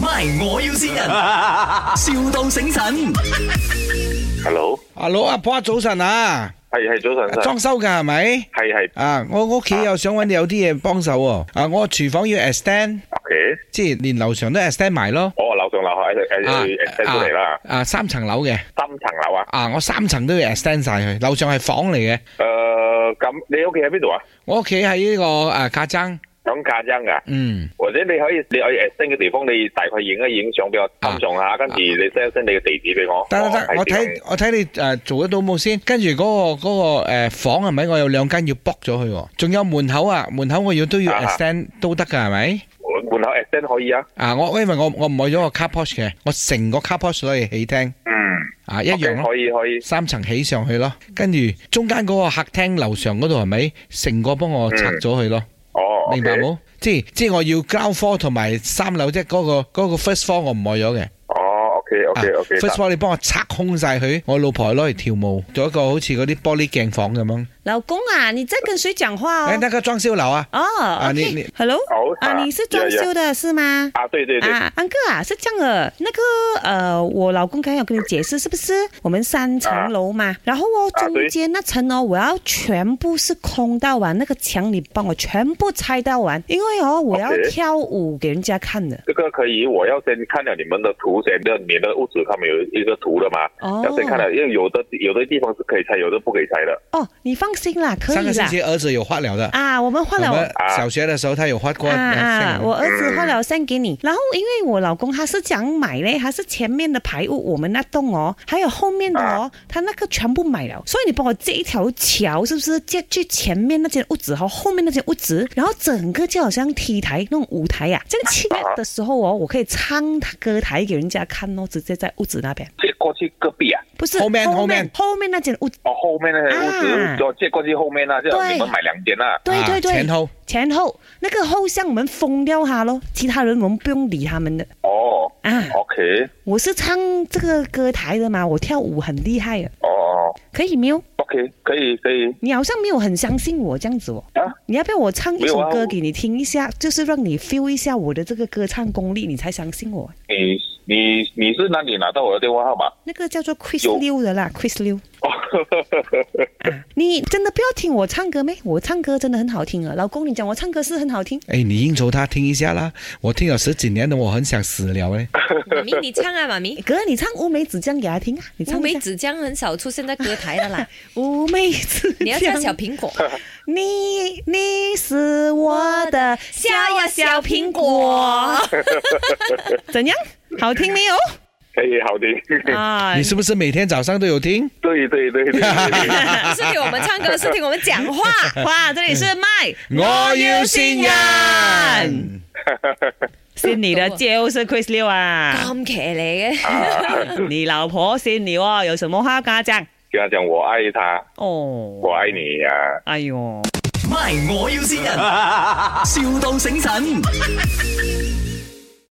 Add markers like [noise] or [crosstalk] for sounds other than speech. ，My 我要先人，,笑到醒神。 Hello，阿老阿婆早晨啊，系系早晨，裝修㗎係咪？系系啊，我屋企又想揾你有啲嘢幫手喎。啊，我廚房要 extend， ，OK，即係連樓上都 extend 埋咯。我樓上樓下誒啊誒 extend 出嚟啦，啊！啊，三層樓嘅，三層樓啊，啊，我三層都要 extend 晒佢。樓上係房嚟嘅，誒咁你屋企喺邊度啊？我屋企喺呢個啊架爭，響架增噶，嗯，或者你可以你可以 extend 嘅地方，你大概影一影相俾我啊心上下，跟住你 send 一 send 你嘅地址俾我，得得得，我哦點啊睇樣我睇你誒做得到冇先。跟住嗰個嗰個誒房係咪？我有兩間要 book 咗佢喎，仲有門口啊，門口我要都要啊 extend 都得㗎係咪？我門口 extend 可以啊，啊，我因為我我唔買咗個 car posh 嘅，我成個 car posh 攞嚟起廳。嗯，啊，一樣 OK，咯，可以可以，三層起上去咯，跟住中間嗰個客廳樓上嗰度係咪成個幫我拆咗佢咯？哦，明白 OK？冇？即係即係我要交科同埋三樓即係嗰個嗰、個 first floor 我唔愛咗嘅。哦，OK 啊 OK OK， first floor 你幫我拆空晒佢，我老婆攞嚟跳舞，做一個好似嗰啲玻璃鏡房咁樣。老公啊，你在跟谁讲话誒、哦？那個裝修樓啊，哦啊你你，OK，Hello，好啊，啊你是装修的是吗？啊，對對對，啊，安哥啊，是这样的，那个呃，我老公刚才有跟你解释，是不是？我们三层楼嘛，然后哦，啊对中间那层哦，我要全部是空到完，那个墙你帮我全部拆到完，因为哦，我要 OK 跳舞给人家看的。這個可以，我要先看了你們的圖，先的你的屋子他們有一個圖的嘛，哦要先看了，因為有的有的地方是可以拆，有的不可以拆的。哦，你放心啦，可上個以星啦。期兒子有畫了的，啊，我们换我們了。啊小學的時候他有畫過。啊啊！我儿子嗯后来我 send 给你，然后因为我老公他是讲买嘞，他是前面的排屋，我们那栋哦，还有后面的啊哦，他那个全部买了，所以你帮我借一条桥，是不是？借去前面那间屋子和后面那间屋子，然后整个就好像 T 台那种舞台呀、啊这个七月的时候哦，我可以唱歌台给人家看哦，直接在屋子那边，借過去隔壁啊，不是后面后后面后面那间屋，哦，後面那些屋啊子，就借過去後面啊，就對你們買兩間啊。对啊对对，前后，前后那个后巷我们封掉它咯，其他人我们不用理他们的哦啊。 ，OK，我是唱这个歌台的嘛，我跳舞很厉害的，哦可以没有？ ，OK，可以可以你好像没有很相信我这样子哦。啊，你要不要我唱一没首有啊歌我给你听一下，就是让你 feel 一下我的这个歌唱功力，你才相信我。你你你是哪裡拿到我的電話號碼？那个叫做 Chris 有 Liu 的啦，Chris Liu，哦，你真的不要听我唱歌咩？我唱歌真的很好听啊，老公，你讲我唱歌是很好听哎，你應酬他聽一下啦，我聽了十幾年的，我很想死了哎嘞。妈咪，你唱啊，妈咪。哥，你唱乌梅子酱给他听啊，你乌唱一梅下子酱很少出现在歌台 [laughs] 的啦，乌梅子酱，你要唱小苹 [laughs] 果。你你是我的小啊呀小苹果，怎样？好听没有？ [laughs] 可以好的， [laughs] 啊你是不是每天早上都有聽？對對對對對 [laughs] 對。啊 [laughs] 不是给我们唱歌，是听我们讲话。哇，这里是麦，我要先人。是你的就是 Chris Liu 啊，咁騎呢嘅，你老婆是你哦，有什么话跟他讲？跟他講我愛他，哦，我愛你呀、啊。哎呦。 My 我要先人，,笑到醒神。